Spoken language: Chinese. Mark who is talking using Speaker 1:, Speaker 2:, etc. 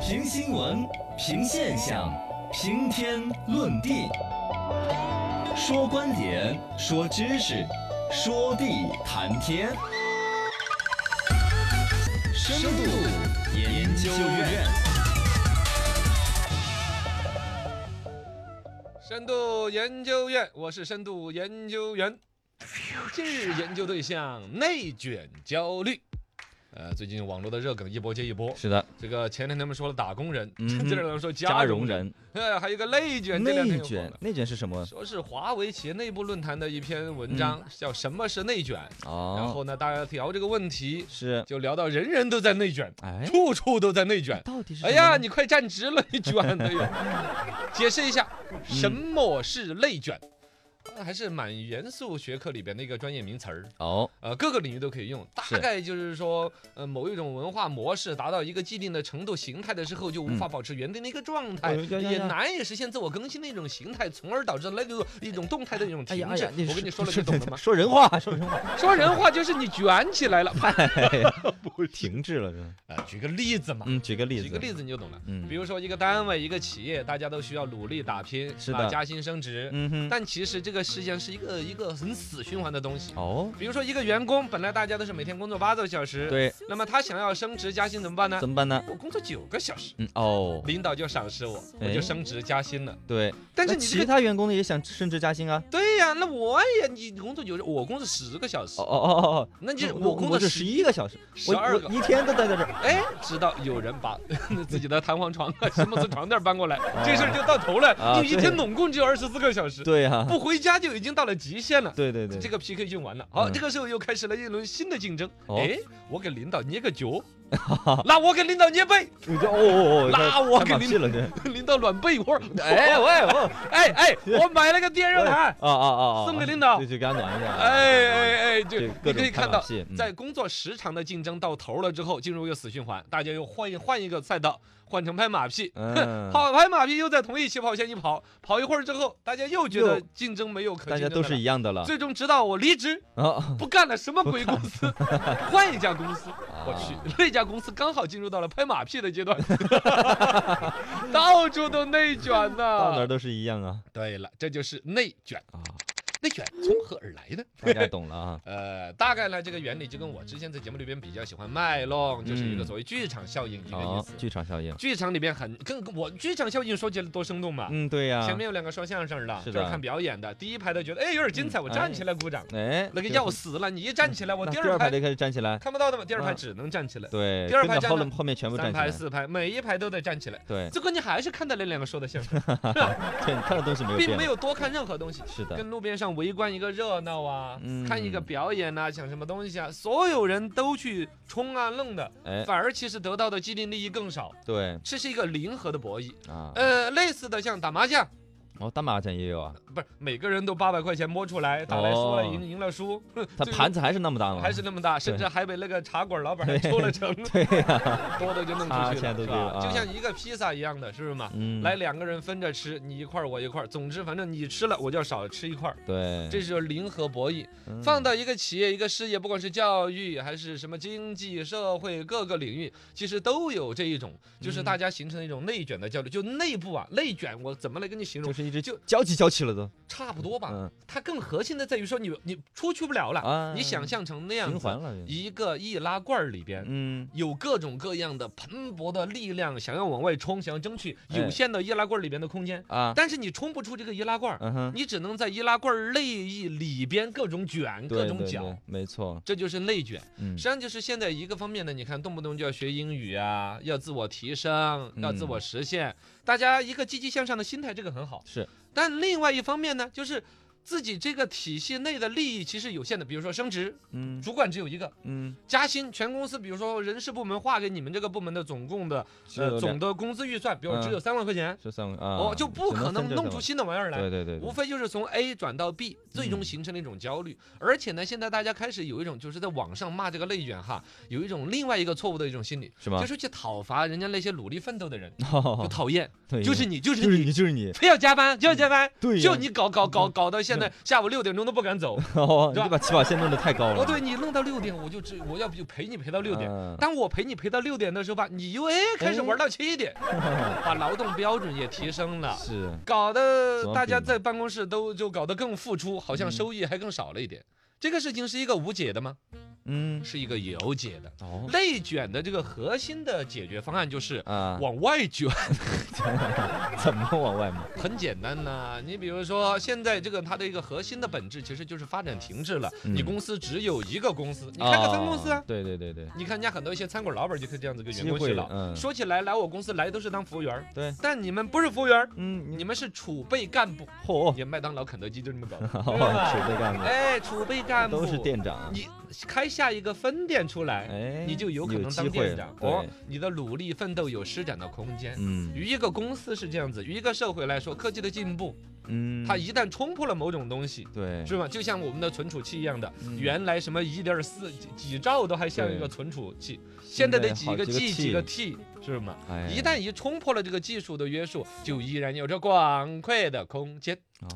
Speaker 1: 评新闻，评现象，评天论地，说观点，说知识，说地谈天。深度研究院，
Speaker 2: 深度研究院，我是深度研究员。今日研究对象：内卷焦虑。呃，最近网络的热梗一波接一波。
Speaker 3: 是的，
Speaker 2: 这个前天他们说了打工人，
Speaker 3: 嗯
Speaker 2: 这
Speaker 3: 哼
Speaker 2: 两天说
Speaker 3: 加
Speaker 2: 绒
Speaker 3: 绒，人，
Speaker 2: 呃，还有一个内卷，这两天
Speaker 3: 内
Speaker 2: 又火
Speaker 3: 卷
Speaker 2: 了，
Speaker 3: 内卷是什么？
Speaker 2: 说是华为企业内部论坛的一篇文章，叫《什么是内卷》。然
Speaker 3: 嗯哦，
Speaker 2: 后呢，大家聊这个问题，
Speaker 3: 是，
Speaker 2: 就聊到人人都在内卷，
Speaker 3: 哎，
Speaker 2: 处处都在内卷。
Speaker 3: 到底是
Speaker 2: 哎
Speaker 3: 什么
Speaker 2: 呀，
Speaker 3: 呢
Speaker 2: 你快站直了，你卷的哟！ 解释一下，什么是内卷？啊还是蛮严肃学科里边的一个专业名词儿，
Speaker 3: 哦，
Speaker 2: 呃，各个领域都可以用。大
Speaker 3: 是
Speaker 2: 概就是说，呃，某一种文化模式达到一个既定的程度、形态的时候，就无法保持原定的一个状态，
Speaker 3: 哎呀呀
Speaker 2: 也
Speaker 3: 呀
Speaker 2: 难以实现自我更新的一种形态，从而导致那个一种动态的一
Speaker 1: 哎
Speaker 2: 种停滞。我哎跟你说了，你懂了 吗？
Speaker 3: 说人话， 说人话，
Speaker 2: 说人话就是你卷起 来了。
Speaker 3: 停滞了，真的。
Speaker 2: 啊，举个例子嘛，
Speaker 3: 嗯，举个例子，
Speaker 2: 举个例子，你就懂了。
Speaker 3: 嗯，
Speaker 2: 比如说一个单位、一个企业，大家都需要努力打拼，
Speaker 3: 是
Speaker 2: 啊
Speaker 3: 的
Speaker 2: 加薪升职。
Speaker 3: 嗯哼，
Speaker 2: 但其实这个事件是一个一个很死循环的东西。
Speaker 3: 哦，
Speaker 2: 比如说一个员工，本来大家都是每天工作八个小时，，
Speaker 3: 对，
Speaker 2: 那么他想要升职加薪怎么办呢
Speaker 3: 怎？么办呢？
Speaker 2: 我工作九个小时，
Speaker 3: 嗯，哦，
Speaker 2: 领导就赏识我，我
Speaker 3: 哎
Speaker 2: 就升职加薪了。
Speaker 3: 对，
Speaker 2: 但是
Speaker 3: 那
Speaker 2: 你
Speaker 3: 其
Speaker 2: 这个
Speaker 3: 他员工呢也想升职加薪啊。
Speaker 2: 对呀，那我也你工作九，我工作十个小时
Speaker 3: 哦，哦哦哦哦，
Speaker 2: 那就是
Speaker 3: 那
Speaker 2: 我工作
Speaker 3: 这十一个小时，
Speaker 2: 十
Speaker 3: 我
Speaker 2: 二
Speaker 3: 我
Speaker 2: 个。
Speaker 3: 一天都待在这 儿。
Speaker 2: 哎，直到有人 把自己的弹簧床 啊什么从床垫搬过来，这事儿就到头了。
Speaker 3: 啊
Speaker 2: 就一天
Speaker 3: 对
Speaker 2: 总共只有二十四个小时，
Speaker 3: 对啊，
Speaker 2: 不回家就已经到了极限了。
Speaker 3: 对对对，
Speaker 2: 这个 PK 就完了，好，
Speaker 3: 嗯
Speaker 2: 这个时候又开始了一轮新的竞争。
Speaker 3: 哦
Speaker 2: 哎，我给领导捏 个脚，那我给领导捏背，
Speaker 3: 你这哦哦哦，
Speaker 2: 那我
Speaker 3: 给
Speaker 2: 给
Speaker 3: 你
Speaker 2: 领
Speaker 3: 了，这。
Speaker 2: 领导暖被窝。
Speaker 3: 哎喂哦，
Speaker 2: 哎 哎，我买了个电热毯
Speaker 3: 啊，啊啊啊！
Speaker 2: 送给领导
Speaker 3: 对，就给他暖一啊下。
Speaker 2: 哎哎哎，就
Speaker 3: 这
Speaker 2: 你
Speaker 3: 各
Speaker 2: 可以
Speaker 3: 种
Speaker 2: 看
Speaker 3: 看
Speaker 2: 到
Speaker 3: 到，，嗯
Speaker 2: 在工作时长的竞争到头了之后，进入一个死循环，大家又换一换一个赛道，换成拍马屁。
Speaker 3: 嗯
Speaker 2: 跑拍马屁又在同一起跑线一跑，跑一会儿之后，大家又觉得
Speaker 3: 又
Speaker 2: 竞争没有可
Speaker 3: 大
Speaker 2: 竞
Speaker 3: 家都
Speaker 2: 争的
Speaker 3: 是
Speaker 2: 了
Speaker 3: 一样的了。
Speaker 2: 最终直到我离职
Speaker 3: 啊，
Speaker 2: 不干了，什么鬼公 司，换一家公司。我
Speaker 3: 啊
Speaker 2: 去，那家公司刚好进入到了拍马屁的阶段， 到处都内卷
Speaker 3: 到哪
Speaker 2: 呐
Speaker 3: 儿。都是一样啊
Speaker 2: 对了，这就是内卷。
Speaker 3: 啊！
Speaker 2: 内卷从何而来呢？。
Speaker 3: 大家懂了啊
Speaker 2: 呃，大概呢，这个原理就跟我之前在节目里边比较喜欢卖弄，就是一个
Speaker 3: 嗯
Speaker 2: 所谓剧场效应一个意
Speaker 3: 好
Speaker 2: 思，。
Speaker 3: 哦
Speaker 2: 啊
Speaker 3: 剧场效应。
Speaker 2: 剧场里边很跟我剧场效应说起来多生动嘛。
Speaker 3: 嗯，对呀。
Speaker 2: 前面有两个说相声的，
Speaker 3: 是
Speaker 2: 就是
Speaker 3: 的
Speaker 2: 看表演的，第一排的觉得哎有点精彩，
Speaker 3: 嗯
Speaker 2: 我站起来鼓掌。
Speaker 3: 哎，
Speaker 2: 那个
Speaker 3: 就
Speaker 2: 要
Speaker 3: 是
Speaker 2: 死了，你一站起来，我
Speaker 3: 那
Speaker 2: 第
Speaker 3: 第
Speaker 2: 二
Speaker 3: 排
Speaker 2: 排
Speaker 3: 就开始站起来。
Speaker 2: 看不到的嘛，第二排
Speaker 3: 嗯
Speaker 2: 只能站起来，
Speaker 3: 对，
Speaker 2: 第二
Speaker 3: 跟
Speaker 2: 排
Speaker 3: 着
Speaker 2: 站
Speaker 3: 后
Speaker 2: 了
Speaker 3: 面后面全部
Speaker 2: 三
Speaker 3: 站起
Speaker 2: 排、
Speaker 3: 来。
Speaker 2: 四排，每一排都得站起来。
Speaker 3: 对，
Speaker 2: 最关键还是看到那两个说的相声，
Speaker 3: 对，你看的东西没有
Speaker 2: 并
Speaker 3: 变
Speaker 2: 没
Speaker 3: 的。
Speaker 2: 有多看任何东西。
Speaker 3: 是的，
Speaker 2: 跟路边上围观一个热闹啊，
Speaker 3: 嗯
Speaker 2: 看一个表演呐、想什么东西啊，所有人都去冲啊弄的，
Speaker 3: 哎，
Speaker 2: 反而其实得到的既定利益更少，
Speaker 3: 对
Speaker 2: 这是一个零和的博弈。
Speaker 3: 啊。
Speaker 2: 呃，类似的像打麻将，
Speaker 3: 哦，打麻将也有啊，
Speaker 2: 不是每个人都八百块钱摸出来，打来输了
Speaker 3: 哦
Speaker 2: 赢，赢了输，哼
Speaker 3: 他
Speaker 2: 最后
Speaker 3: 盘子还啊是那么大吗？
Speaker 2: 还是那么大，甚至还被那个茶馆老板还抽了成，
Speaker 3: 对呀。
Speaker 2: 多的就弄
Speaker 3: 差
Speaker 2: 出去了，
Speaker 3: 钱都
Speaker 2: 是
Speaker 3: 对了
Speaker 2: 吧？
Speaker 3: 啊
Speaker 2: 就像一个披萨一样的，是不是嘛？
Speaker 3: 嗯，
Speaker 2: 来，两个人分着吃，你一块儿我一块儿，总之反正你吃了我就要少吃一块儿，
Speaker 3: 对，
Speaker 2: 这就是零和博弈。
Speaker 3: 嗯
Speaker 2: 放到一个企业、一个事业，不管是教育还是什么经济社会各个领域，其实都有这一种，
Speaker 3: 嗯
Speaker 2: 就是大家形成一种内卷的交流，就内部啊内卷，我怎么来跟你形
Speaker 3: 就
Speaker 2: 容？
Speaker 3: 是一直
Speaker 2: 就
Speaker 3: 交起交起了都
Speaker 2: 差不多吧。
Speaker 3: 嗯
Speaker 2: 它更核心的在于说你你出去不了了，
Speaker 3: 啊
Speaker 2: 你想象成那样
Speaker 3: 循
Speaker 2: 子
Speaker 3: 环了。
Speaker 2: 一个易拉罐儿里边。
Speaker 3: 嗯，
Speaker 2: 有各种各样的蓬勃的力量，想要往外冲，想要争取
Speaker 3: 哎
Speaker 2: 有限的易拉罐儿里边的空间，
Speaker 3: 啊，
Speaker 2: 但是你冲不出这个易拉罐儿，
Speaker 3: 嗯哼，
Speaker 2: 你只能在易拉罐儿内翼里边各种卷、各
Speaker 3: 对
Speaker 2: 种
Speaker 3: 对
Speaker 2: 搅
Speaker 3: 对，，没错，
Speaker 2: 这就是内卷。
Speaker 3: 嗯
Speaker 2: 实际，上就是现在一个方面呢，你看动不动就要学英语啊，要自我提升，要自
Speaker 3: 嗯
Speaker 2: 我实现，大家一个积极向上的心态，这个很好。
Speaker 3: 是，
Speaker 2: 但另外一方面呢，就是自己这个体系内的利益其实有限的，比如说升职，
Speaker 3: 嗯
Speaker 2: 主管只有一个，
Speaker 3: 嗯，
Speaker 2: 加薪，全公司比如说人事部门划给你们这个部门的总共的呃总的工资预算，比如
Speaker 3: 嗯
Speaker 2: 只有三万块钱，
Speaker 3: 十三啊，
Speaker 2: 我哦就不
Speaker 3: 只
Speaker 2: 可能
Speaker 3: 分这
Speaker 2: 弄
Speaker 3: 种
Speaker 2: 出新的玩意儿来。
Speaker 3: 对对对，对
Speaker 2: 无非就是从 A 转到 B，最终
Speaker 3: 嗯
Speaker 2: 形成了一种焦虑。而且呢，现在大家开始有一种就是在网上骂这个内卷哈，有一种另外一个错误的一种心理，
Speaker 3: 是吗
Speaker 2: 就？是去讨伐人家那些努力奋斗的人，就
Speaker 3: 哦
Speaker 2: 讨厌，
Speaker 3: 对
Speaker 2: 就是你，就是
Speaker 3: 就是
Speaker 2: 你。
Speaker 3: 你就是你，
Speaker 2: 非要加班，就要加班，
Speaker 3: 对呀嗯
Speaker 2: 就你搞搞搞搞到现现在下午六点钟都不敢走。
Speaker 3: 哦，
Speaker 2: 是吧
Speaker 3: 你把起跑线弄得太高了。
Speaker 2: 哦，对你弄到六点，我就只我要不就陪你陪到六
Speaker 3: 嗯
Speaker 2: 点。
Speaker 3: 哦
Speaker 2: 当我陪你陪到六点的时候吧，你又哎开始玩到七点， 把劳动标准也提升了。
Speaker 3: 嗯是，
Speaker 2: 搞
Speaker 3: 怎
Speaker 2: 得
Speaker 3: 么
Speaker 2: 大家
Speaker 3: 比呢
Speaker 2: 在办公室都就搞得更付出，好像收益还更少了一点。这个事情是一个无解的吗？
Speaker 3: 嗯，
Speaker 2: 是一个有解的。
Speaker 3: 哦，
Speaker 2: 内卷的这个核心的解决方案就是
Speaker 3: 啊，
Speaker 2: 往外卷，
Speaker 3: 怎么往外嘛？
Speaker 2: 很简单呐、你比如说现在这个它的一个核心的本质其实就是发展停滞了，
Speaker 3: 嗯
Speaker 2: 你公司只有一个公司，你开个分公司啊
Speaker 3: 哦。对对对对，
Speaker 2: 你看人家很多一些餐馆老板就是这样子给员工
Speaker 3: 机会
Speaker 2: 洗脑，
Speaker 3: 嗯
Speaker 2: 说起来来我公司来都是当服务员儿，
Speaker 3: 对，
Speaker 2: 但你们不是服务员儿，
Speaker 3: 嗯，
Speaker 2: 你
Speaker 3: 你
Speaker 2: 们是储备干部。
Speaker 3: 嚯，
Speaker 2: 你麦当劳、肯德基就这么搞 的，
Speaker 3: 储
Speaker 2: 对吧
Speaker 3: 备干部
Speaker 2: 哎，储备干部
Speaker 3: 都是，店长，
Speaker 2: 你开下一个分店出来，
Speaker 3: 哎，
Speaker 2: 你就有可能当
Speaker 3: 机会
Speaker 2: 店长
Speaker 3: 了，
Speaker 2: 哦
Speaker 3: 对，，
Speaker 2: 你的努力奋斗有施展的空间。
Speaker 3: 嗯
Speaker 2: 于一个公司是这样子，于一个社会来说，科技的进步，
Speaker 3: 嗯，
Speaker 2: 它一旦冲破了某种东西，
Speaker 3: 对，
Speaker 2: 是吧？就像我们的存储器一样的，
Speaker 3: 嗯
Speaker 2: 原来什么一点四几几兆都还像一
Speaker 3: 对
Speaker 2: 个存储器，现
Speaker 3: 现
Speaker 2: 在
Speaker 3: 在
Speaker 2: 得几
Speaker 3: 好
Speaker 2: 个
Speaker 3: 几个
Speaker 2: G 几
Speaker 3: T
Speaker 2: 个 T，是吗？
Speaker 3: 哎
Speaker 2: 一旦一冲破了这个技术的约束，就依然有着广阔的空间。
Speaker 3: 哦